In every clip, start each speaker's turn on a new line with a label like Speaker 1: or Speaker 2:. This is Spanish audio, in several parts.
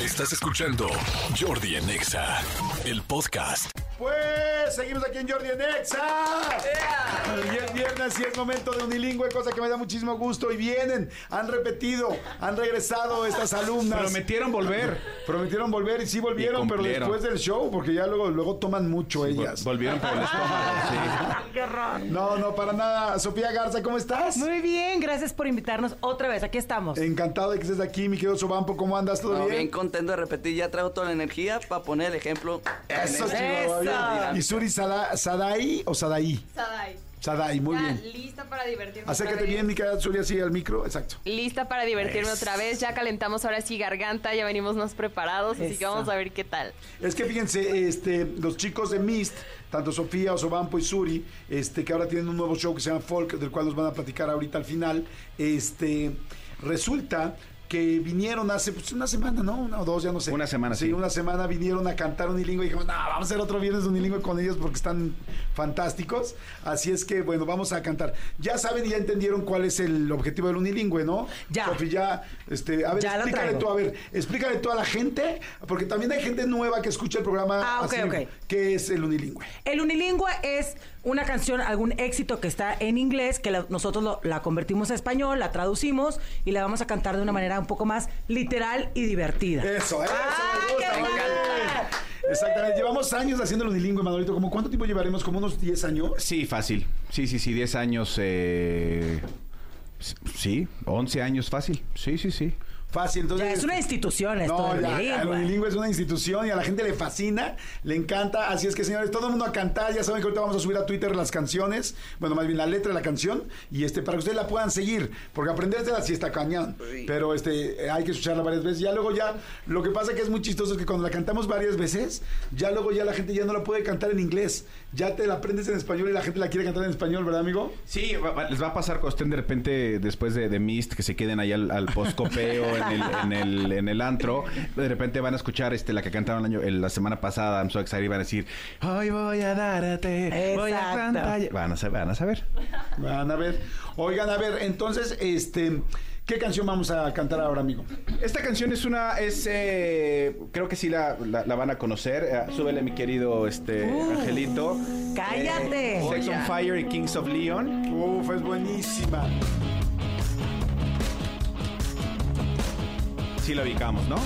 Speaker 1: Estás escuchando Jordi en EXA, el podcast.
Speaker 2: Pues seguimos aquí en Jordi en Exa. Y es viernes y es momento de unilingüe, cosa que me da muchísimo gusto. Y vienen, han repetido, han regresado estas alumnas.
Speaker 3: Prometieron volver.
Speaker 2: Prometieron volver y sí volvieron,
Speaker 3: Y
Speaker 2: pero
Speaker 3: cumplieron.
Speaker 2: después del show, porque ya luego, luego toman mucho ellas.
Speaker 3: Volvieron por el estómago.
Speaker 2: No, no, para nada. Sofía Garza, ¿cómo estás?
Speaker 4: Muy bien, gracias por invitarnos otra vez. Aquí estamos.
Speaker 2: Encantado de que estés aquí, mi querido Sobampo. ¿Cómo andas? ¿Todo
Speaker 5: No,
Speaker 2: bien?
Speaker 5: bien contento de repetir, ya traigo toda la energía para poner el ejemplo.
Speaker 2: Eso,
Speaker 5: En
Speaker 2: Chihuahua,
Speaker 5: el-
Speaker 4: Eso.
Speaker 2: bien. ¿Y Suri Sada- Sadai o Sadai?
Speaker 6: Sadai.
Speaker 2: Sadai, muy
Speaker 6: ya
Speaker 2: bien.
Speaker 6: lista para divertirme.
Speaker 2: Acércate
Speaker 6: otra vez.
Speaker 2: bien, mi querida Suri, así al micro. Exacto.
Speaker 6: Lista para divertirme otra vez. Ya calentamos ahora sí garganta, ya venimos más preparados, así que
Speaker 4: Eso.
Speaker 6: vamos a ver qué tal.
Speaker 2: Es que fíjense, este, los chicos de Mist, tanto Sofía, Osobampo y Suri, este, que ahora tienen un nuevo show que se llama Folk, del cual nos van a platicar ahorita al final, este, resulta que vinieron hace pues, una semana, ¿no? Una o dos, ya no sé.
Speaker 3: Una semana,
Speaker 2: sí.
Speaker 3: sí.
Speaker 2: una semana vinieron a cantar unilingüe y dijimos, no, vamos a hacer otro viernes de unilingüe con ellos porque están fantásticos. Así es que, bueno, vamos a cantar. Ya saben y ya entendieron cuál es el objetivo del unilingüe, ¿no?
Speaker 4: Ya.
Speaker 2: Sofía, ya, este, a ver,
Speaker 4: Ya la
Speaker 2: explícale
Speaker 4: traigo.
Speaker 2: tú, a ver, explícale tú a la gente, porque también hay gente nueva que escucha el programa.
Speaker 4: Ah, ok, ok.
Speaker 2: ¿Qué es el unilingüe?
Speaker 4: El unilingüe es una canción, algún éxito que está en inglés, que la- nosotros lo- la convertimos a español, la traducimos y la vamos a cantar de una manera un poco más literal y divertida.
Speaker 2: Eso, eso me gusta,
Speaker 4: Ah, qué
Speaker 2: muy
Speaker 4: bueno.
Speaker 2: bien. Exactamente, llevamos años haciendo el unilingüe, Manolito. ¿Cómo cuánto tiempo llevaremos? ¿Como unos 10 años?
Speaker 3: Sí, fácil. Sí, sí, sí, 10 años. Eh... Sí, 11 años fácil. Sí, sí, sí.
Speaker 2: Fácil, entonces.
Speaker 4: Ya, es una institución esto
Speaker 2: No,
Speaker 4: del
Speaker 2: ya, ya, el
Speaker 4: unilingüe.
Speaker 2: unilingüe es una institución y a la gente le fascina, le encanta. Así es que, señores, todo el mundo a cantar. Ya saben que ahorita vamos a subir a Twitter las canciones, bueno, más bien la letra de la canción, y este para que ustedes la puedan seguir, porque aprendérsela sí está cañón. Pero este eh, hay que escucharla varias veces. Ya luego ya, lo que pasa que es muy chistoso es que cuando la cantamos varias veces, ya luego ya la gente ya no la puede cantar en inglés. Ya te la aprendes en español y la gente la quiere cantar en español, ¿verdad, amigo?
Speaker 3: Sí, va- va- les va a pasar cuando estén de repente después de, de Mist, que se queden ahí al, al postcopeo en, el, en, el, en el antro. De repente van a escuchar este, la que cantaron el año- el- la semana pasada, I'm so excited, y van a decir: Hoy voy a darte, voy a
Speaker 4: Exacto.
Speaker 3: cantar. Van a saber, van a saber.
Speaker 2: Van a ver. Oigan, a ver, entonces, este, ¿qué canción vamos a cantar ahora, amigo?
Speaker 3: Esta canción es una, es, eh, creo que sí la, la- la van a conocer. Eh, súbele, mi querido este, Angelito.
Speaker 4: Uh, cállate.
Speaker 3: Eh, Sex on Fire y Kings of Leon.
Speaker 2: Uf, es buenísima.
Speaker 3: Sí la ubicamos, ¿no?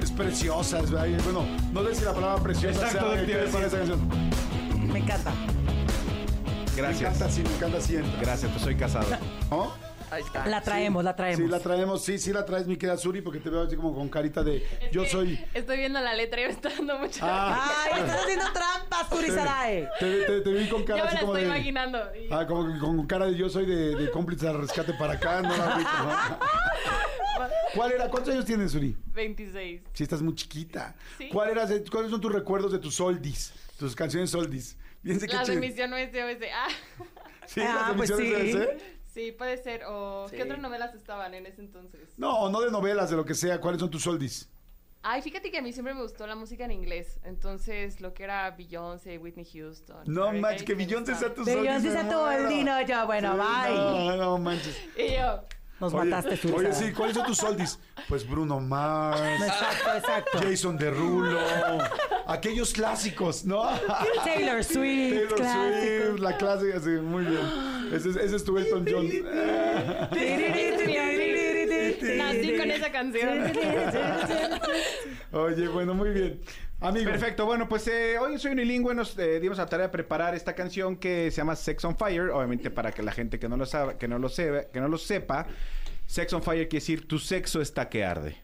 Speaker 2: Es preciosa, es verdad. Y Bueno, no sé si la palabra preciosa
Speaker 3: Exacto,
Speaker 2: sea
Speaker 3: lo que te iba a
Speaker 2: que para esa
Speaker 3: decir.
Speaker 2: canción.
Speaker 4: Me encanta.
Speaker 2: Me
Speaker 3: Gracias.
Speaker 2: encanta así, me encanta así. entra.
Speaker 3: Gracias, pues soy casado.
Speaker 2: ¿No?
Speaker 5: Ahí está.
Speaker 4: La traemos, la traemos.
Speaker 2: Sí, la traemos, sí, sí la traes, mi querida Suri, porque te veo así como con carita de yo
Speaker 6: que
Speaker 2: soy.
Speaker 6: Estoy viendo la letra y me está dando mucha.
Speaker 2: Ah,
Speaker 4: ¡Ay, estás haciendo trampas, Turi Sarae!
Speaker 2: te, te- te vi con cara
Speaker 6: ya me
Speaker 2: así
Speaker 6: la
Speaker 2: como
Speaker 6: estoy
Speaker 2: de.
Speaker 6: imaginando. y-
Speaker 2: Ah, como que con cara de yo soy de, de cómplice al rescate para acá, no la vi, ¿no? ¿Cuál era? ¿Cuántos años tienes, Suri?
Speaker 6: 26.
Speaker 2: Si estás muy chiquita.
Speaker 6: Sí.
Speaker 2: ¿Cuál era, ¿Cuáles son tus recuerdos de tus oldies? Tus canciones oldies. Fíjense qué
Speaker 6: La de
Speaker 2: chido.
Speaker 6: misión oeste oeste. Ah,
Speaker 2: Sí,
Speaker 4: Ah,
Speaker 2: las
Speaker 4: pues
Speaker 2: emisiones
Speaker 4: sí.
Speaker 2: de-
Speaker 6: sí, puede ser. O,
Speaker 5: Sí.
Speaker 6: ¿Qué otras novelas estaban en ese entonces?
Speaker 2: No, no de novelas, de lo que sea. ¿Cuáles son tus oldies?
Speaker 6: Ay, fíjate que a mí siempre me gustó la música en inglés. Entonces, lo que era Beyoncé, Whitney Houston.
Speaker 2: No
Speaker 6: Mariah
Speaker 2: manches, que
Speaker 6: Carey,
Speaker 2: Beyoncé
Speaker 6: me
Speaker 2: sea tus
Speaker 4: De
Speaker 2: oldies.
Speaker 4: Beyoncé
Speaker 2: me
Speaker 4: sea tu
Speaker 2: muero.
Speaker 4: oldie, no, yo, bueno,
Speaker 2: Sí,
Speaker 4: bye.
Speaker 2: No, no manches.
Speaker 6: gustaba. Y yo,
Speaker 4: Nos
Speaker 2: Oye,
Speaker 4: mataste, Turi
Speaker 2: Oye,
Speaker 4: Sarae.
Speaker 2: sí, ¿cuáles son tus oldies? Pues Bruno Mars,
Speaker 4: Exacto, exacto.
Speaker 2: Jason Derulo, aquellos clásicos, ¿no?
Speaker 4: Taylor Swift.
Speaker 2: Taylor
Speaker 4: clásico.
Speaker 2: Swift, la clásica, sí, muy bien. Ese, es- ese es tu Elton John.
Speaker 6: nací con esa canción.
Speaker 2: Oye, bueno, muy bien. Amigo.
Speaker 3: Perfecto, bueno, pues eh, hoy en soy unilingüe, nos eh, dimos a tarea de preparar esta canción que se llama Sex on Fire, obviamente para que la gente que no lo sabe, que no lo sepa, que no lo sepa, Sex on Fire quiere decir tu sexo está que arde.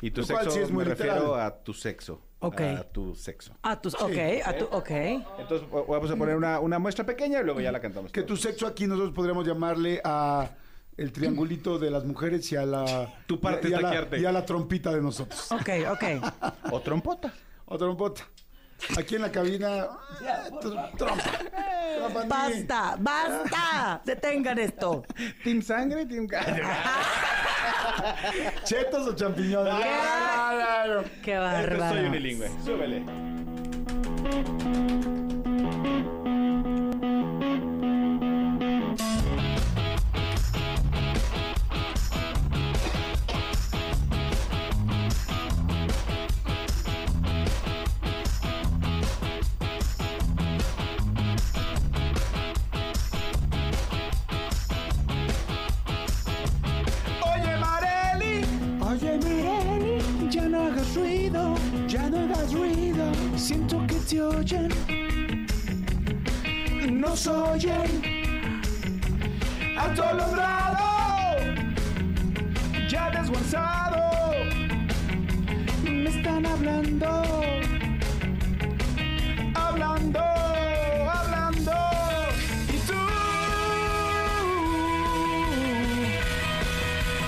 Speaker 3: Y tu
Speaker 2: Lo cual
Speaker 3: sexo
Speaker 2: sí es muy
Speaker 3: me
Speaker 2: literal.
Speaker 3: refiero a tu sexo,
Speaker 4: Ok.
Speaker 3: a tu sexo.
Speaker 4: A tus, ok, a tu, ok.
Speaker 3: Entonces o- vamos a poner una, una muestra pequeña y luego ya la cantamos.
Speaker 2: Que tu
Speaker 3: todos.
Speaker 2: sexo aquí nosotros podríamos llamarle a el triangulito de las mujeres y a la
Speaker 3: Tu parte
Speaker 2: y a, la,
Speaker 3: taquearte.
Speaker 2: y a la trompita de nosotros.
Speaker 4: Ok, ok.
Speaker 3: o trompota.
Speaker 2: O trompota. Aquí en la cabina ah, tr- trompa. Trompa, ni-
Speaker 4: ¡Basta! ¡Basta! ¡Detengan esto!
Speaker 3: Team sangre, team
Speaker 2: Chetos o champiñones. Claro.
Speaker 4: ¡Qué
Speaker 3: Esto es soy
Speaker 4: bárbaro!
Speaker 3: unilingüe. Súbele. hagas ruido, siento que te oyen. Nos oyen. Atolondrado, ya desguanzado. Me están hablando. Hablando, hablando. Y tú.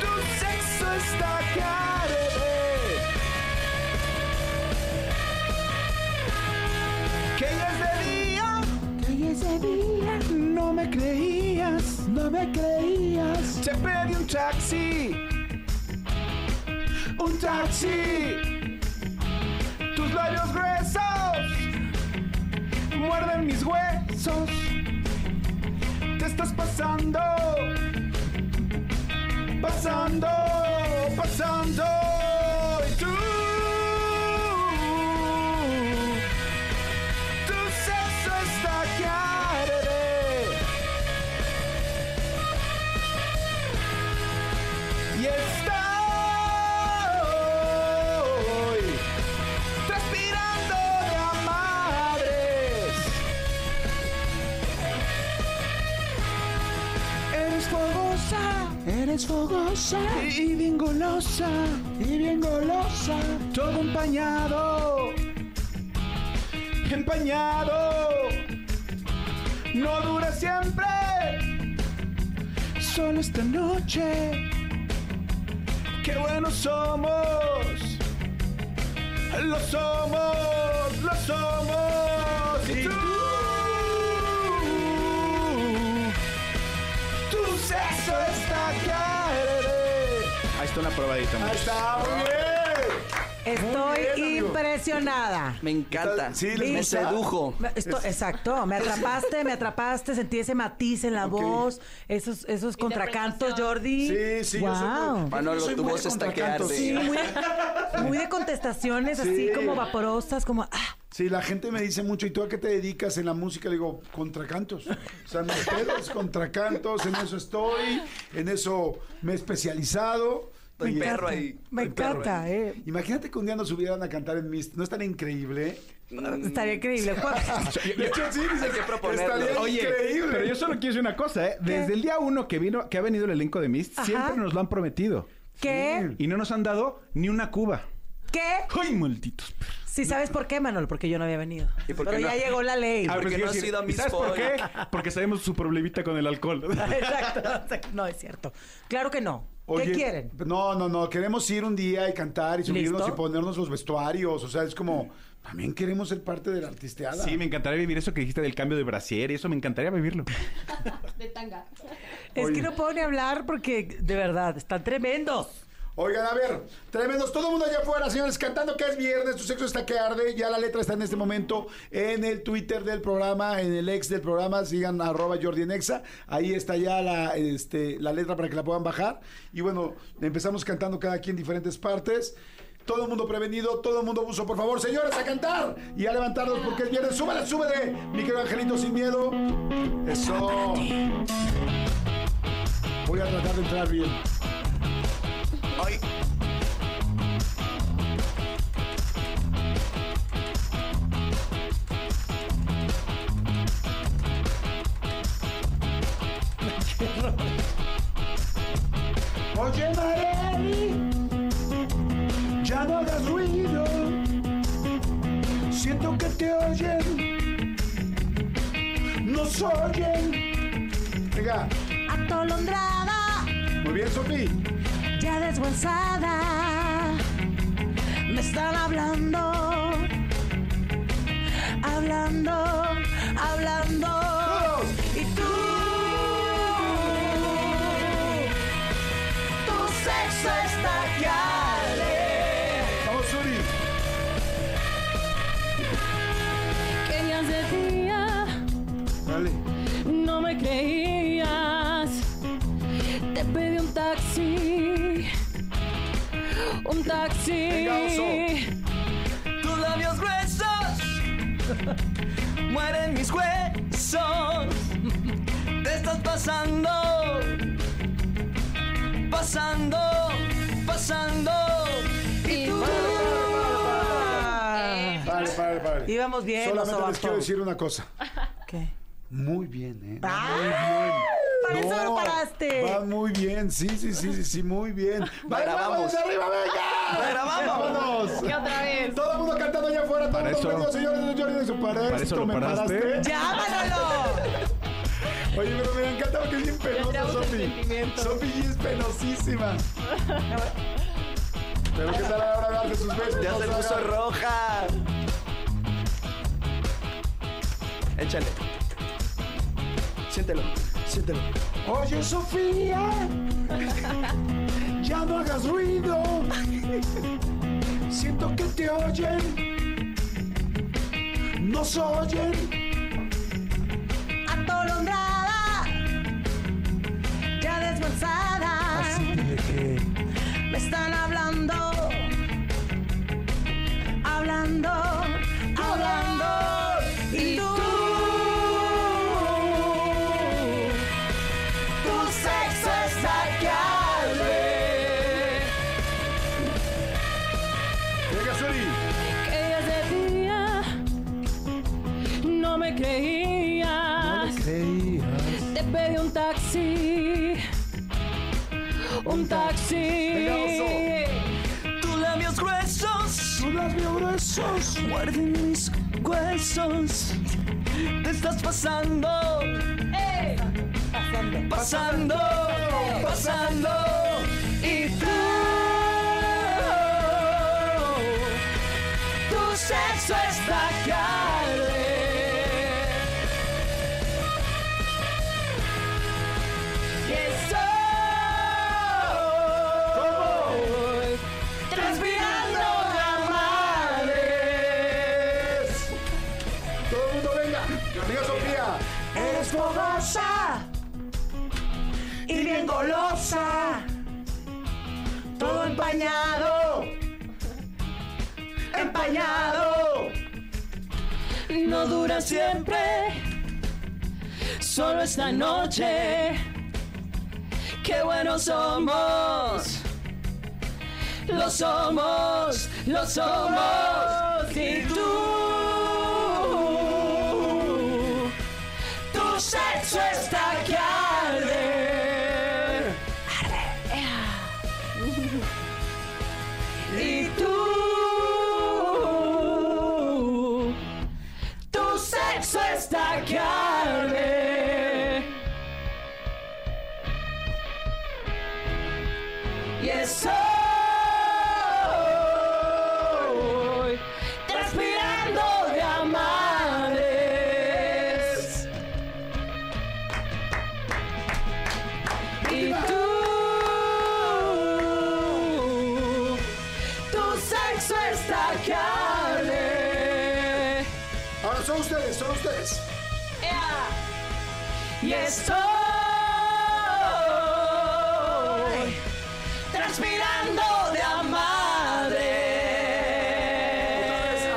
Speaker 3: Tu sexo está carete. Que ya es de día. Que ya es de día. No me creías. No me creías. Te pedí un taxi. Un taxi. Tus labios gruesos. Muerden mis huesos. Te estás pasando pasando, pasando. Y tú, tu sexo está que arde. Y estoy transpirando de a madres. Eres fogosa, eres fogosa y bien golosa, y bien golosa. Todo empañado, empañado. No dura siempre, solo esta noche. Qué buenos somos, lo somos, lo somos. Y tú, tu sexo está caliente.
Speaker 7: Ahí está una probadita.
Speaker 2: Ahí
Speaker 7: muchachos.
Speaker 2: está, Ah, muy bien.
Speaker 4: Estoy
Speaker 2: bien, amigo.
Speaker 4: impresionada.
Speaker 5: Me encanta.
Speaker 2: Sí, les
Speaker 5: me
Speaker 2: gusta.
Speaker 5: sedujo.
Speaker 4: Me- esto- exacto, me atrapaste, me atrapaste, sentí ese matiz en la
Speaker 2: Ok.
Speaker 4: voz, esos, esos contracantos,
Speaker 6: Interpretación.
Speaker 4: Jordi.
Speaker 2: Sí, sí, yo soy muy-
Speaker 4: Wow.
Speaker 2: yo
Speaker 5: Manolo,
Speaker 2: soy
Speaker 5: tu
Speaker 2: muy de
Speaker 5: voz está que
Speaker 2: contracantos.
Speaker 5: arde.
Speaker 4: Sí,
Speaker 2: Sí,
Speaker 4: muy de, muy de contestaciones así
Speaker 2: Sí.
Speaker 4: como vaporosas, como ah,
Speaker 2: Sí, la gente me dice mucho, ¿y tú a qué te dedicas en la música? Le digo, contracantos. O sea, mis pedos, contracantos, en eso estoy, en eso me he especializado.
Speaker 5: Estoy
Speaker 2: Y-
Speaker 5: perro ahí.
Speaker 4: me
Speaker 2: Estoy perro
Speaker 4: encanta,
Speaker 2: ahí.
Speaker 4: eh.
Speaker 2: Imagínate que un día nos subieran a cantar en Mist. ¿No es tan increíble? Mm.
Speaker 4: Estaría increíble.
Speaker 2: De hecho, sí, dices,
Speaker 5: Hay que proponerlo.
Speaker 2: Estaría
Speaker 7: Oye,
Speaker 2: increíble.
Speaker 7: pero yo solo quiero decir una cosa, ¿eh? Desde el día uno que vino, que ha venido el elenco de Mist,
Speaker 4: Ajá.
Speaker 7: siempre nos lo han prometido.
Speaker 4: ¿Qué?
Speaker 7: Y no nos han dado ni una cuba.
Speaker 4: ¿Qué?
Speaker 7: ¡Ay, malditos!
Speaker 4: Si sabes por qué, Manol, porque yo no había venido.
Speaker 5: ¿Y por
Speaker 4: Pero
Speaker 5: qué no?
Speaker 4: ya llegó la ley.
Speaker 5: Ah, ¿por qué no has ido a
Speaker 7: ¿y
Speaker 5: Miss
Speaker 7: ¿Sabes por
Speaker 5: Foy?
Speaker 7: qué? Porque sabemos su problemita con el alcohol.
Speaker 4: Exacto. No es cierto. Claro que no. ¿Qué
Speaker 2: Oye,
Speaker 4: quieren?
Speaker 2: No, no, no. Queremos ir un día y cantar y subirnos
Speaker 4: ¿Listo?
Speaker 2: y ponernos los vestuarios. O sea, es como, también queremos ser parte de la artisteada.
Speaker 7: Sí, me encantaría vivir eso que dijiste del cambio de brasier y eso me encantaría vivirlo.
Speaker 6: De tanga.
Speaker 4: Es que no puedo ni hablar porque, de verdad, están tremendos.
Speaker 2: Oigan, a ver, tremendos, todo el mundo allá afuera, señores, cantando que es viernes, tu sexo está que arde, ya la letra está en este momento en el Twitter del programa, en el ex del programa, sigan arroba Jordi en Exa, ahí está ya la, este, la letra para que la puedan bajar. Y bueno, empezamos cantando cada quien diferentes partes. Todo el mundo prevenido, todo el mundo buzo, por favor, señores, a cantar y a levantarnos porque es viernes. Súbele, súbele, mi querido Angelito, sin miedo. Eso. Voy a tratar de entrar bien.
Speaker 5: Ay.
Speaker 3: Oye Mareli, ya no hagas ruido. Siento que te oyen, nos oyen.
Speaker 2: Venga,
Speaker 4: Atolondrada,
Speaker 2: muy bien, Sofi.
Speaker 4: ya desguanzada. Me están hablando, hablando, hablando. Y tú, tu sexo está que arde.
Speaker 2: Vamos, Suri.
Speaker 8: Que ya es de día,
Speaker 2: Dale.
Speaker 8: no me creías. Te pedí un taxi, un taxi.
Speaker 2: Venga, oso.
Speaker 5: Tus labios gruesos mueren mis huesos. Te estás pasando, pasando, pasando.
Speaker 8: Y tú,
Speaker 6: Eh,
Speaker 4: Íbamos bien,
Speaker 2: Solamente les
Speaker 4: los sobas,
Speaker 2: quiero
Speaker 4: todo.
Speaker 2: decir una cosa.
Speaker 4: ¿Qué?
Speaker 2: Muy bien, ¿eh?
Speaker 4: ¡Ah! Para eso
Speaker 2: No,
Speaker 4: lo paraste.
Speaker 2: Va muy bien, sí, sí, sí, sí, sí, muy bien.
Speaker 5: Para,
Speaker 2: vamos!
Speaker 5: vamos.
Speaker 2: arriba, venga!
Speaker 5: Para, vamos.
Speaker 2: ¡Vámonos!
Speaker 6: Y otra vez.
Speaker 2: Todo el mundo cantando allá afuera, todo el
Speaker 3: Para
Speaker 2: mundo
Speaker 3: eso-
Speaker 2: prendido, señores, señores, señores, para,
Speaker 3: para
Speaker 2: esto
Speaker 3: eso lo
Speaker 2: me paraste.
Speaker 3: paraste.
Speaker 4: ¡Ya, Manolo!
Speaker 2: Oye, pero me encanta porque es bien penosa,
Speaker 6: traigo tus
Speaker 2: Sofi.
Speaker 6: sentimientos.
Speaker 2: Sofi G es penosísima. Pero qué tal ahora darle sus besos.
Speaker 5: Ya
Speaker 2: no
Speaker 5: se
Speaker 2: se
Speaker 5: puso
Speaker 2: hagan.
Speaker 5: roja. Échale. Siéntelo, siéntelo.
Speaker 2: Oye, Sofía, ya no hagas ruido. Siento que te oyen. Nos oyen.
Speaker 4: Atolondrada, ya desbalsada. Me están hablando, hablando, hablando. Y tú, tu sexo es
Speaker 2: Venga, Suri.
Speaker 8: Aquellas de día no me creías. Te pedí un taxi. Un taxi.
Speaker 5: Tus labios gruesos,
Speaker 2: Tus labios gruesos.
Speaker 5: guarden mis huesos. Te estás pasando, pasando, pasando. Y tú, tu sexo está caliente. Que soy transpirando gramares.
Speaker 2: Todo el mundo venga. Venga, Sofía.
Speaker 4: Eres fogosa y bien golosa, todo empañado, empañado.
Speaker 8: No dura siempre. Solo esta noche. Qué buenos somos. Lo somos, lo somos. Y tú. Tu sexo está que arde. Y tú. Tu sexo está que arde. Y eso. Transpirando de amares. Y tú. Tu sexo está que arde.
Speaker 2: Ahora son ustedes, son ustedes.
Speaker 8: Y estoy transpirando de a
Speaker 2: A
Speaker 8: madre.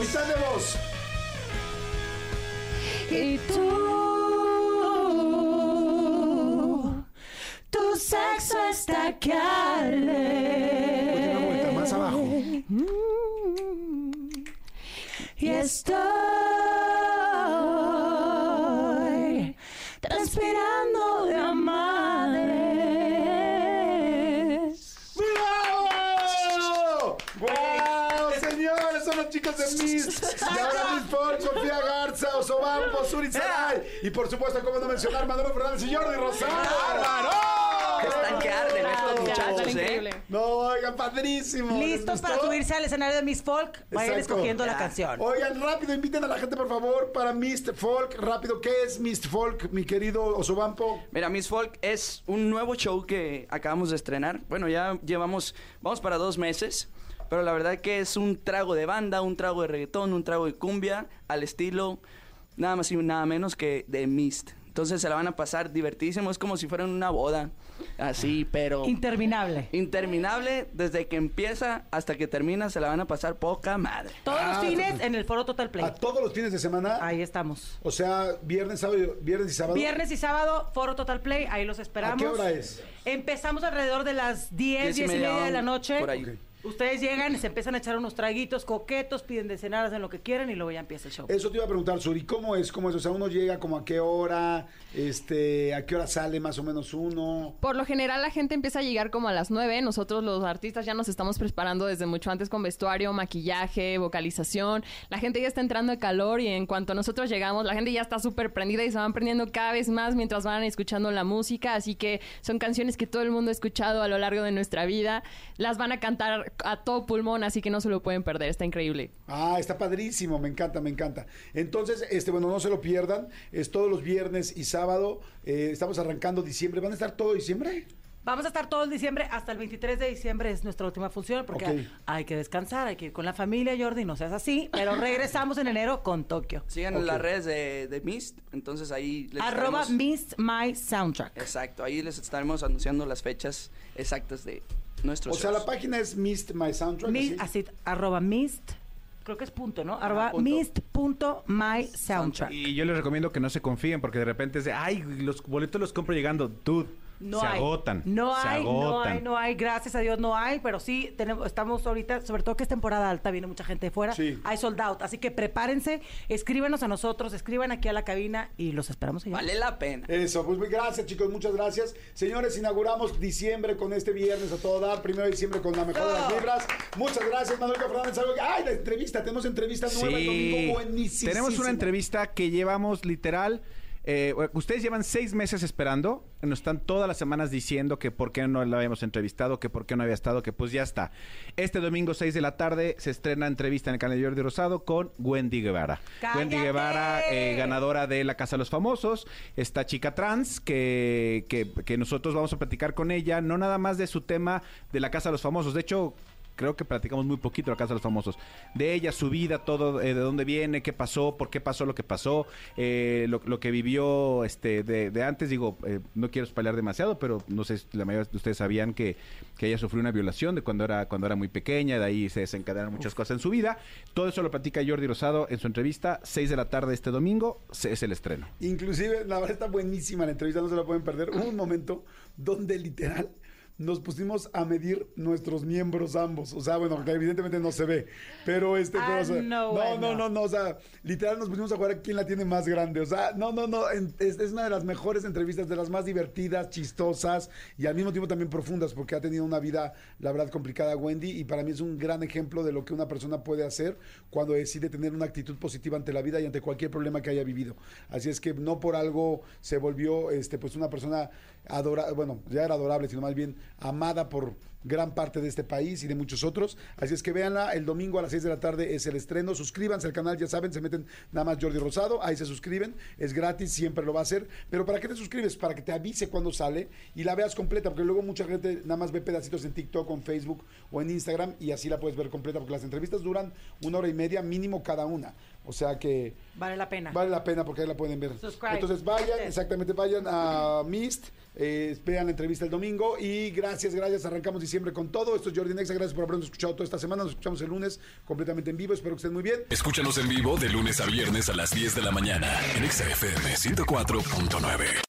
Speaker 2: mitad de voz.
Speaker 8: Y tú, tu sexo está que arde.
Speaker 2: Una vuelta más abajo.
Speaker 8: Y estoy transpirando de a madres.
Speaker 2: ¡Bravo! ¡Wow! Señores, son los chicos de Miss. De ahora Miss Paul, Sofía Garza, Osobampo, Suri Saray. Y por supuesto, como no mencionar, Manolo Fernández y Jordi Rosado.
Speaker 5: Están que arden estos
Speaker 6: Tan
Speaker 5: muchachos,
Speaker 6: increíble.
Speaker 5: ¿eh?
Speaker 2: No, oigan, padrísimo. ¿Les
Speaker 4: Listos
Speaker 2: gustó?
Speaker 4: para subirse al escenario de Miss Folk,
Speaker 2: Exacto.
Speaker 4: vayan
Speaker 2: Oh.
Speaker 4: escogiendo la
Speaker 5: Ya.
Speaker 4: canción.
Speaker 2: Oigan, rápido, inviten a la gente, por favor, para Mr. Folk. Rápido, ¿qué es Mr. Folk, mi querido Osobampo?
Speaker 5: Mira, Miss Folk es un nuevo show que acabamos de estrenar. Bueno, ya llevamos, vamos para dos meses, pero la verdad que es un trago de banda, un trago de reggaetón, un trago de cumbia, al estilo nada más y nada menos que de Mist. Entonces se la van a pasar divertísimo, es como si fueran una boda, así, pero
Speaker 4: Interminable.
Speaker 2: Ah,
Speaker 5: interminable desde que empieza hasta que termina, se la van a pasar poca madre.
Speaker 4: Todos
Speaker 2: Ah,
Speaker 4: los fines en el Foro Total Play.
Speaker 2: A todos los fines de semana.
Speaker 4: Ahí estamos.
Speaker 2: O sea, viernes, sábado, viernes y sábado.
Speaker 4: Viernes y sábado, Foro Total Play, ahí los esperamos.
Speaker 2: ¿A qué hora es?
Speaker 4: Empezamos alrededor de las 10, 10 y media, de la noche.
Speaker 5: Por ahí.
Speaker 2: Ok.
Speaker 4: Ustedes llegan, se empiezan a echar unos traguitos coquetos, piden de cenar, hacen lo que quieren y luego ya empieza el show.
Speaker 2: Eso te iba a preguntar, Suri, ¿cómo es? ¿Cómo es? O sea, uno llega como a qué hora, este, a qué hora sale más o menos uno.
Speaker 6: Por lo general la gente empieza a llegar como a las 9. Nosotros los artistas ya nos estamos preparando desde mucho antes con vestuario, maquillaje, vocalización. La gente ya está entrando de calor y en cuanto nosotros llegamos, la gente ya está súper prendida y se van prendiendo cada vez más mientras van escuchando la música. Así que son canciones que todo el mundo ha escuchado a lo largo de nuestra vida. Las van a cantar a todo pulmón, así que no se lo pueden perder. Está increíble.
Speaker 2: Ah, está padrísimo, me encanta, me encanta. Entonces, este, bueno, no se lo pierdan. Es todos los viernes y sábado. eh, estamos arrancando diciembre. ¿Van a estar todo diciembre?
Speaker 4: Vamos a estar todo el diciembre, hasta el 23 de diciembre es nuestra última función, porque
Speaker 2: Ok.
Speaker 4: hay que descansar, hay que ir con la familia, Jordi, no seas así, pero regresamos en enero con Tokio.
Speaker 5: Sigan en las redes de, de Mist, entonces ahí les
Speaker 4: Arroba
Speaker 5: estaremos-
Speaker 4: Miss My Soundtrack.
Speaker 5: Exacto, ahí les estaremos anunciando las fechas exactas de nuestros
Speaker 2: O sea, la
Speaker 5: shows.
Speaker 2: página es Missed My Soundtrack.
Speaker 4: Miss-
Speaker 2: ¿sí?
Speaker 4: así, arroba Mist, creo que es punto, ¿no? Arroba
Speaker 5: Ah, punto.
Speaker 4: mist punto my soundtrack.
Speaker 3: Y yo les recomiendo que no se confíen porque de repente es de, ay, los boletos los compro llegando, dude.
Speaker 4: No
Speaker 3: se
Speaker 4: hay.
Speaker 3: agotan.
Speaker 4: No
Speaker 3: se
Speaker 4: hay, no
Speaker 3: agotan.
Speaker 4: hay, no hay. Gracias a Dios no hay, pero sí tenemos, estamos ahorita, sobre todo que es temporada alta, viene mucha gente de fuera.
Speaker 2: Sí.
Speaker 4: Hay sold out. Así que prepárense, escríbanos a nosotros, escriban aquí a la cabina y los esperamos allá.
Speaker 5: Vale la pena.
Speaker 2: Eso, pues muy gracias chicos, muchas gracias. Señores, inauguramos diciembre con este viernes a todo dar, primero de diciembre con la mejor de las vibras. Muchas gracias, Manuel Fernández. Algo que- Ay, la entrevista, tenemos entrevista nueva el domingo, buenísima.
Speaker 3: Tenemos una entrevista que llevamos literal. eh, bueno, ustedes llevan seis meses esperando. Nos están todas las semanas diciendo que por qué no la habíamos entrevistado, que por qué no había estado, que pues ya está. Este domingo, 6 de la tarde, se estrena entrevista en el canal de Jordi Rosado con Wendy Guevara.
Speaker 4: ¡Cállate!
Speaker 3: Wendy Guevara, eh, ganadora de La Casa de los Famosos. Esta chica trans que, que- que nosotros vamos a platicar con ella, no nada más de su tema de La Casa de los Famosos. De hecho, creo que platicamos muy poquito de la Casa de los Famosos. De ella, su vida, todo, eh, de dónde viene, qué pasó, por qué pasó lo que pasó, eh, lo, lo que vivió este de, de antes. Digo, eh, no quiero espalear demasiado, pero no sé si la mayoría de ustedes sabían que, que ella sufrió una violación de cuando era, cuando era muy pequeña, de ahí se desencadenaron muchas cosas en su vida. Todo eso lo platica Jordi Rosado en su entrevista, 6 de la tarde este domingo, se- es el estreno.
Speaker 2: Inclusive, la verdad está buenísima la entrevista, no se la pueden perder. Hubo un momento donde literal nos pusimos a medir nuestros miembros ambos. O sea, bueno, que evidentemente no se ve. Pero este...
Speaker 4: Ah,
Speaker 2: pero, o sea,
Speaker 4: no, bueno.
Speaker 2: no, no, no, o sea, literal nos pusimos a jugar a quién la tiene más grande. O sea, no, no, no. en- Es, es una de las mejores entrevistas, de las más divertidas, chistosas y al mismo tiempo también profundas, porque ha tenido una vida, la verdad, complicada Wendy. Y para mí es un gran ejemplo de lo que una persona puede hacer cuando decide tener una actitud positiva ante la vida y ante cualquier problema que haya vivido. Así es que no por algo se volvió este, pues una persona adorable, bueno, ya era adorable, sino más bien amada por gran parte de este país y de muchos otros. Así es que véanla, el domingo a las 6 de la tarde es el estreno. Suscríbanse al canal, ya saben, se meten nada más Jordi Rosado, ahí se suscriben, es gratis, siempre lo va a hacer. Pero ¿para qué te suscribes? Para que te avise cuando sale y la veas completa, porque luego mucha gente nada más ve pedacitos en TikTok, o en Facebook o en Instagram y así la puedes ver completa, porque las entrevistas duran una hora y media mínimo cada una. O sea que
Speaker 4: Vale la pena.
Speaker 2: Vale la pena porque ahí la pueden ver.
Speaker 4: Subscribe.
Speaker 2: Entonces vayan,
Speaker 4: Sí.
Speaker 2: exactamente, vayan a Mist, eh, vean la entrevista el domingo y gracias, gracias. Arrancamos diciembre con todo. Esto es Jordi Nexa, gracias por habernos escuchado toda esta semana. Nos escuchamos el lunes completamente en vivo. Espero que estén muy bien.
Speaker 1: Escúchanos en vivo de lunes a viernes a las 10 de la mañana en Exa FM 104.9.